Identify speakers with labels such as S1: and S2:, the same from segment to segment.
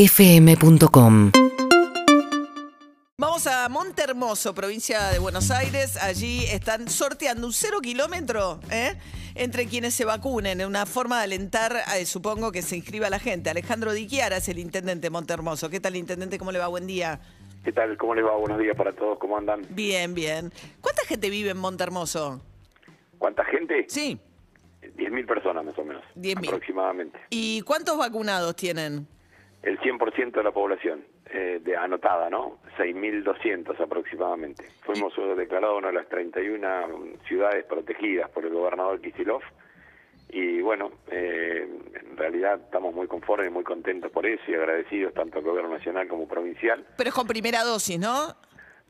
S1: urbanaplayfm.com
S2: Vamos a Monte Hermoso, provincia de Buenos Aires. Allí están sorteando un cero kilómetro ¿eh? entre quienes se vacunen, en una forma de alentar, eh, supongo, que se inscriba la gente. Alejandro Di Chiara es el intendente de Monte Hermoso. ¿Qué tal, intendente? ¿Cómo le va? Buen día.
S3: ¿Qué tal? ¿Cómo le va? Buenos días para todos. ¿Cómo andan?
S2: Bien, bien. ¿Cuánta gente vive en Monte Hermoso?
S3: ¿Cuánta gente?
S2: Sí.
S3: 10.000 personas más o menos.
S2: 10.000.
S3: Aproximadamente.
S2: ¿Y cuántos vacunados tienen?
S3: El 100% de la población eh, de anotada, ¿no? 6.200 aproximadamente. Fuimos eh, declarados una de las 31 ciudades protegidas por el gobernador Kisilov. Y bueno, eh, en realidad estamos muy conformes, muy contentos por eso y agradecidos tanto al gobierno nacional como provincial.
S2: Pero es con primera dosis, ¿no?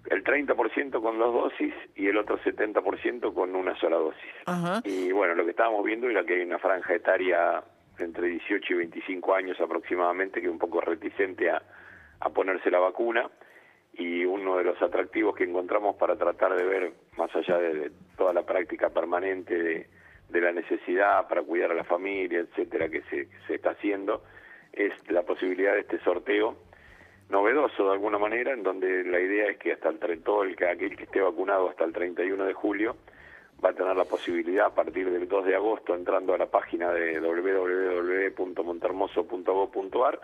S3: El 30% con dos dosis y el otro 70% con una sola dosis.
S2: Ajá.
S3: Y bueno, lo que estábamos viendo era que hay una franja etaria entre 18 y 25 años aproximadamente que es un poco reticente a, a ponerse la vacuna y uno de los atractivos que encontramos para tratar de ver, más allá de, de toda la práctica permanente de, de la necesidad para cuidar a la familia, etcétera, que se, que se está haciendo, es la posibilidad de este sorteo novedoso de alguna manera, en donde la idea es que hasta el tre- todo el que, aquel que esté vacunado hasta el 31 de julio va a tener la posibilidad a partir del 2 de agosto entrando a la página de www.montermoso.gov.ar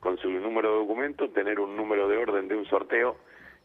S3: con su número de documento, tener un número de orden de un sorteo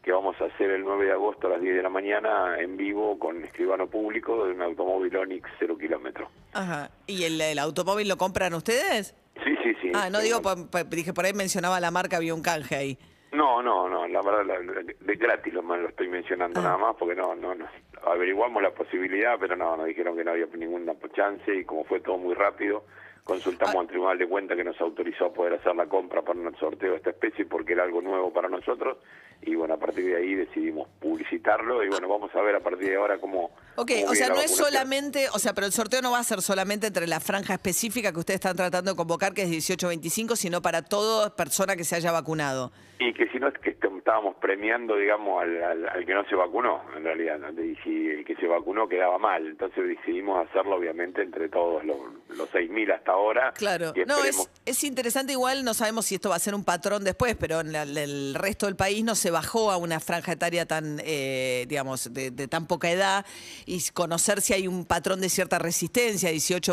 S3: que vamos a hacer el 9 de agosto a las 10 de la mañana en vivo con escribano público de un automóvil Onix 0 kilómetro.
S2: Ajá. ¿Y el, el automóvil lo compran ustedes?
S3: Sí, sí, sí.
S2: Ah, no
S3: Tengo-
S2: digo, pa- pa- dije, por ahí mencionaba la marca, había un canje ahí.
S3: No, no, no, la verdad, la- la- de gratis lo, lo estoy
S2: Ah.
S3: mencionando nada más, porque no, no, no, averiguamos la posibilidad, pero no, nos dijeron que no había ninguna chance y como fue todo muy rápido, consultamos
S2: Ah.
S3: al Tribunal de Cuentas que nos autorizó a poder hacer la compra para un sorteo de esta especie porque era algo nuevo para nosotros y bueno, a partir de ahí decidimos publicitarlo y bueno, vamos a ver a partir de ahora cómo...
S2: Ok,
S3: cómo
S2: o
S3: viene
S2: sea,
S3: la
S2: no es
S3: vacunación.
S2: solamente, o sea, pero el sorteo no va a ser solamente entre la franja específica que ustedes están tratando de convocar, que es 18-25, sino para toda persona que se haya vacunado.
S3: Y que si no es que est- estábamos premiando, digamos, al, al- al que no se vacunó, en realidad. ¿no? Y si el que se vacunó quedaba mal. Entonces decidimos hacerlo, obviamente, entre todos los, los 6.000 hasta ahora.
S2: Claro,
S3: Y
S2: no, es,
S3: esperemos.
S2: es interesante igual, no sabemos si esto va a ser un patrón después, pero en la- en el resto del país no se bajó a una franja etaria tan, eh, digamos, de, de tan poca edad y conocer si hay un patrón de cierta resistencia,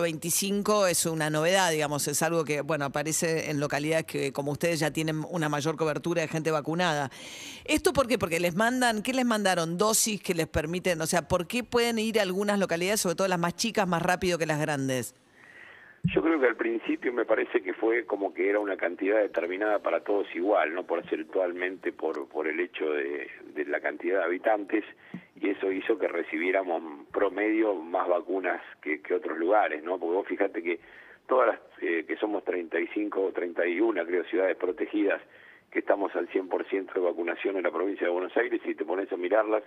S2: 18-25 es una novedad, digamos, es algo que, bueno, aparece en localidades que como ustedes ya tienen una mayor cobertura de gente vacunada. ¿Esto por qué? Porque les mandan, ¿qué les mandaron? Dosis que les permiten, o sea, ¿por qué pueden ir a algunas localidades, sobre todo las más chicas, más rápido que las grandes?
S3: Yo creo que al principio me parece que fue como que era una cantidad determinada para todos igual, no porcentualmente por, por el hecho de, de la cantidad de habitantes, y eso hizo que recibiéramos promedio más vacunas que, que otros lugares, ¿no? Porque vos fíjate que todas las, eh, que somos 35 o 31, creo, ciudades protegidas, que estamos al 100% de vacunación en la provincia de Buenos Aires, si te pones a mirarlas,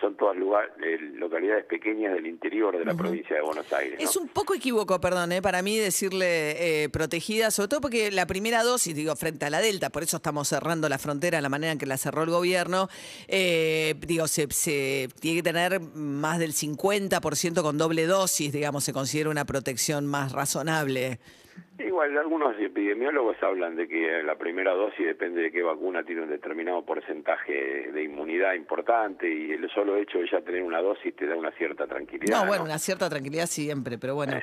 S3: son todas lugar, eh, localidades pequeñas del interior de la provincia de Buenos Aires. ¿no?
S2: Es un poco equívoco, perdón, eh, para mí decirle eh, protegida, sobre todo porque la primera dosis, digo, frente a la Delta, por eso estamos cerrando la frontera de la manera en que la cerró el gobierno, eh, digo, se, se tiene que tener más del 50% con doble dosis, digamos, se considera una protección más razonable.
S3: Igual, algunos epidemiólogos hablan de que la primera dosis depende de qué vacuna tiene un determinado porcentaje de inmunidad importante y el solo hecho de ya tener una dosis te da una cierta tranquilidad.
S2: No, bueno,
S3: ¿no?
S2: una cierta tranquilidad siempre, pero bueno.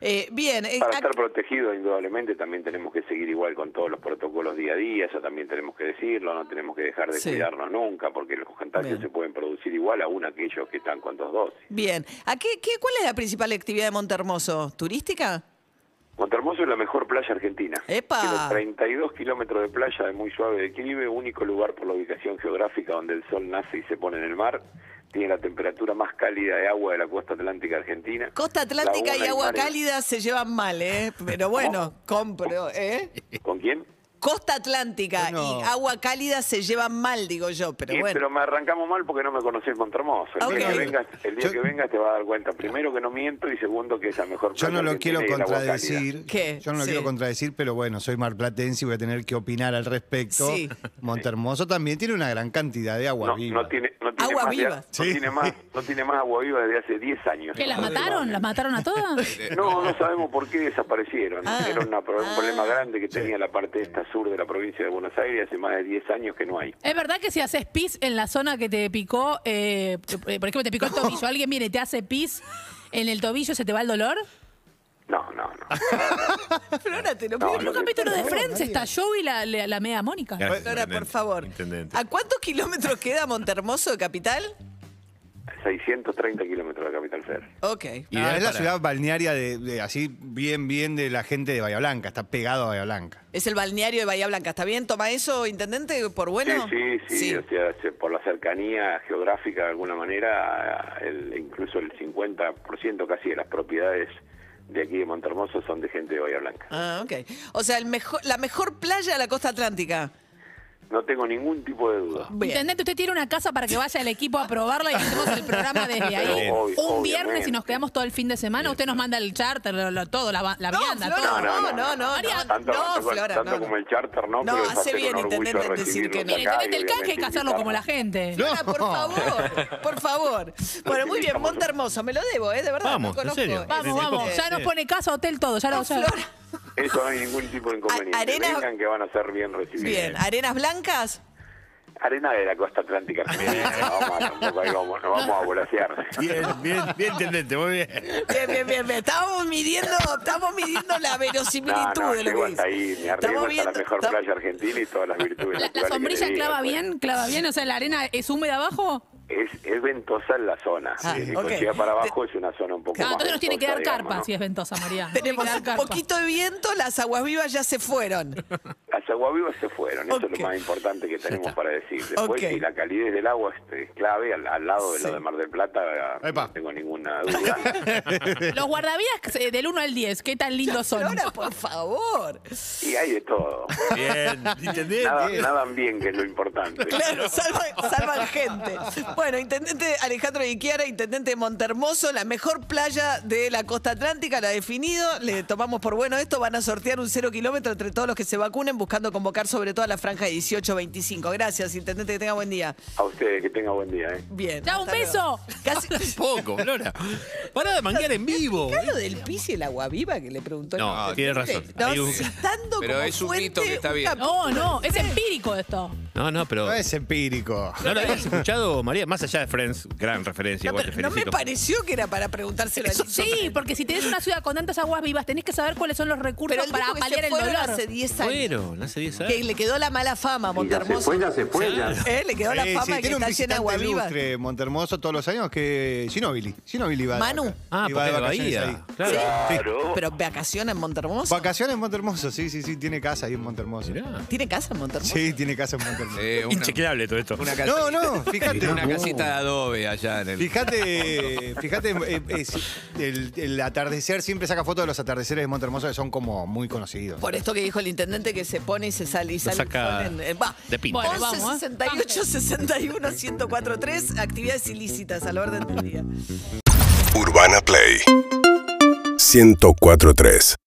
S2: Eh, bien, eh,
S3: Para
S2: ac-
S3: estar protegidos, indudablemente, también tenemos que seguir igual con todos los protocolos día a día, eso también tenemos que decirlo, no tenemos que dejar de
S2: Sí.
S3: cuidarnos nunca, porque los contagios
S2: Bien.
S3: se pueden producir igual aún aquellos que están con dos dosis.
S2: bien. ¿A qué- qué- ¿Cuál es la principal actividad de Montermoso? ¿Turística?
S3: Montermoso es la mejor playa argentina.
S2: ¡Epa!
S3: Tiene 32 kilómetros de playa de muy suave declive, único lugar por la ubicación geográfica donde el sol nace y se pone en el mar. Tiene la temperatura más cálida de agua de la costa atlántica argentina.
S2: Costa Atlántica
S3: Laguna
S2: y agua
S3: mares.
S2: cálida se llevan mal, ¿eh? Pero bueno, compro, ¿eh?
S3: ¿Con quién?
S2: costa atlántica
S1: No.
S2: y agua cálida se llevan mal, digo yo, pero
S3: Y-
S2: bueno. Ah,
S3: pero me arrancamos mal porque no me conocí con Montramoso. El día,
S2: Ok.
S3: que vengas, el día
S1: Yo-
S3: que vengas te va a dar cuenta, primero que no miento y segundo que es la mejor
S1: Yo no
S3: playa
S1: lo
S3: argentina
S1: quiero
S3: y el agua cálida.
S1: contradecir.
S2: ¿Qué?
S1: Yo no lo
S2: Sí.
S1: quiero contradecir, pero bueno, soy marplatense y voy a tener que opinar al respecto.
S2: Sí.
S1: Montermoso también tiene una gran cantidad de agua
S3: No,
S1: viva.
S3: no tiene, no tiene
S2: Agua
S3: más de-
S2: viva.
S3: no
S1: Sí.
S3: tiene más, no tiene más agua viva desde hace 10 años.
S4: ¿Qué, las mataron? ¿Las mataron a todas?
S3: No, no sabemos por qué desaparecieron.
S2: Ah.
S3: Era una pro-
S2: Ah.
S3: un problema grande que tenía la parte esta sur de la provincia de Buenos Aires hace más de 10 años que no hay.
S4: ¿Es verdad que si haces pis en la zona que te picó, eh, eh, por ejemplo, te picó el tobillo, alguien viene y te hace pis en el tobillo, se te va el dolor?
S3: No, no, no.
S2: Flora, te lo
S3: No,
S2: pido.
S3: no,
S4: En un capítulo de
S1: no,
S4: Friends
S1: nadie.
S4: está Joey y la, la, la media Mónica.
S5: Gracias,
S2: Flora, por
S5: intendente,
S2: favor.
S5: Intendente.
S2: ¿A cuántos kilómetros queda Montermoso de capital?
S3: 630 kilómetros de la capital federal.
S2: Ok.
S1: Y
S5: Ah,
S1: es la
S5: para.
S1: ciudad balnearia de, de- así bien, bien de la gente de Bahía Blanca, está pegado a Bahía Blanca.
S2: Es el balneario de Bahía Blanca. ¿Está bien? ¿Toma eso, intendente? ¿Por bueno?
S3: Sí, sí, sí, o sea, se- por la cercanía geográfica de alguna manera, el- incluso el 50% casi de las propiedades de aquí de Montermoso son de gente de Bahía Blanca.
S2: Ah, ok. O sea, el mejor, la mejor playa de la costa atlántica.
S3: No tengo ningún tipo de duda.
S2: Bien.
S4: Intendente, usted tiene una casa para que vaya el equipo a probarla y hacemos el programa desde ahí.
S3: Pero obvio-
S4: un viernes
S3: obviamente.
S4: y nos quedamos todo el fin de semana. Usted nos manda el charter, lo- lo- todo, la, ba- la
S2: No,
S4: vianda,
S2: Flora,
S4: todo.
S2: no, no, no, no,
S4: María,
S2: no,
S3: Tanto, tanto-
S2: Flora,
S3: tanto
S2: no, no.
S3: como el charter, ¿no?
S2: No,
S3: pero es
S2: hace
S3: hacer
S2: bien,
S3: un orgullo
S2: intendente, en decir que
S3: recibirlos
S2: no.
S4: Mire,
S3: acá y
S4: intendente, el canje hay que
S3: obviamente
S4: hacerlo como la
S3: invitarlos.
S4: gente.
S2: Flora, por favor, por favor. Bueno, muy bien, Monte Hermoso, me lo debo, ¿eh? De verdad,
S5: Vamos,
S2: no
S5: en
S2: conozco.
S5: serio.
S4: Vamos,
S5: Sí,
S4: vamos.
S5: sí.
S4: Ya nos pone casa, hotel, todo. Ya lo ya-
S2: Flora.
S3: Eso no hay ningún tipo de inconveniente.
S2: A- arena-
S3: Vengan que van a ser bien recibidos.
S2: Bien, ¿arenas blancas?
S3: Arena de la costa atlántica. argentina, no vamos, a- tampoco ahí vamos- no vamos a volasear.
S5: Bien, bien, bien, intendente, muy bien.
S2: Bien, bien, bien, bien. Estamos midiendo, estamos midiendo la
S3: No,
S2: verosimilitud
S3: no,
S2: de lo
S3: llego
S2: que
S3: hasta
S2: dice.
S3: ahí, me arriesgo hasta la mejor
S2: estamos-
S3: playa argentina y todas las virtudes.
S4: La, la
S3: naturales que
S4: sombrilla
S3: te digo,
S4: clava
S3: pues.
S4: bien, clava bien. O sea, la arena es húmeda abajo.
S3: Es, es ventosa en la zona.
S2: Ah,
S3: Sí, sí,
S2: ok.
S3: cuando llega para abajo es una zona un poco
S4: No,
S3: más
S4: Ah, entonces nos tiene que dar
S3: ventosa,
S4: carpa
S3: digamos,
S4: si es ventosa, María. Nos tiene que
S2: Tenemos
S4: dar
S2: un
S4: carpa.
S2: poquito de viento, las aguas vivas ya se fueron.
S3: ¿no? Las aguavivas se fueron, eso es
S2: Ok.
S3: lo más importante que tenemos para decir. Después,
S2: Ok.
S3: si la calidez del agua es, es clave, al, al lado de
S2: Sí.
S3: lo de Mar del Plata,
S1: Epa.
S3: no tengo ninguna duda.
S4: Los guardavidas eh, del 1 al 10, qué tan lindos son.
S2: Flora, por favor.
S3: y hay de todo.
S5: Bien, intendente.
S3: Nada, nadan bien, que es lo importante.
S2: Claro, salva, salvan gente. Bueno, intendente Alejandro Iquiara, intendente de Montermoso, la mejor playa de la costa atlántica, la ha definido. Le tomamos por bueno esto. Van a sortear un cero kilómetro entre todos los que se vacunen, buscando convocar sobre todo a la franja de 18-25. Gracias, intendente, que tenga buen día.
S3: A ustedes, que tengan buen día. ¿eh?
S2: Bien.
S4: Ya, un
S2: hasta
S4: beso.
S2: luego. Casi.
S5: Poco, Flora. Pará de manguear en vivo.
S2: ¿Claro del pis y el agua viva que le preguntó el
S5: No, tiene razón.
S2: intendente? No,
S5: Hay un-
S2: citando
S6: Pero
S2: como
S6: es un
S2: fuente
S6: mito que está
S2: un
S6: bien.
S2: cap-
S4: No, no, es empírico esto.
S5: No, no, pero.
S1: No es empírico.
S5: ¿No lo habías escuchado, María? Más allá de Friends, gran referencia,
S2: No,
S5: igual
S2: pero
S5: te
S2: no me
S5: felicito.
S2: pareció que era para preguntárselo a
S4: Sí, porque si tenés una ciudad con tantas aguas vivas, tenés que saber cuáles son los recursos
S2: Pero el
S4: para
S2: tipo que
S4: paliar
S2: se
S4: el
S2: fueron
S4: dolor.
S2: hace 10 años.
S5: Fueron, hace 10
S1: ¿Eh?
S2: Que
S5: años.
S2: le quedó la mala fama a Montermoso.
S3: se fue, ya.
S2: ¿Eh? Le quedó la
S1: Eh,
S2: fama
S1: sí,
S2: de que
S1: tiene un
S2: está llena de
S1: visitante
S2: agua viva.
S1: ilustre Montermoso todos los años que Ginobili. Ginobili va de
S2: Manu.
S1: vaca-
S5: Ah,
S1: y va
S5: porque
S1: de
S5: la
S1: vacaciones
S5: Bahía.
S1: ahí.
S5: Claro.
S3: Claro.
S2: Pero vacaciona en Montermoso.
S1: Vacaciones en Montermoso, sí, sí, sí, tiene casa ahí en Montermoso.
S5: Mirá.
S2: ¿Tiene casa en Montermoso?
S1: Sí, tiene casa en Montermoso.
S6: Eh, una,
S5: Inchequeable todo esto.
S6: una casita,
S1: No, no, fíjate.
S6: una casita de adobe allá en el.
S1: Fíjate, fíjate, eh, eh, si- el, el atardecer siempre saca fotos de los atardeceres de Montermoso que son como muy conocidos.
S2: Por esto que dijo el intendente que se pone y se sale y sale.
S5: saca
S2: el sol en- eh, va.
S5: de pinta.
S4: Bueno, vamos,
S2: 11
S4: ¿eh?
S2: 68 61 1043 actividades ilícitas al orden del día.
S7: Urbana Play 1043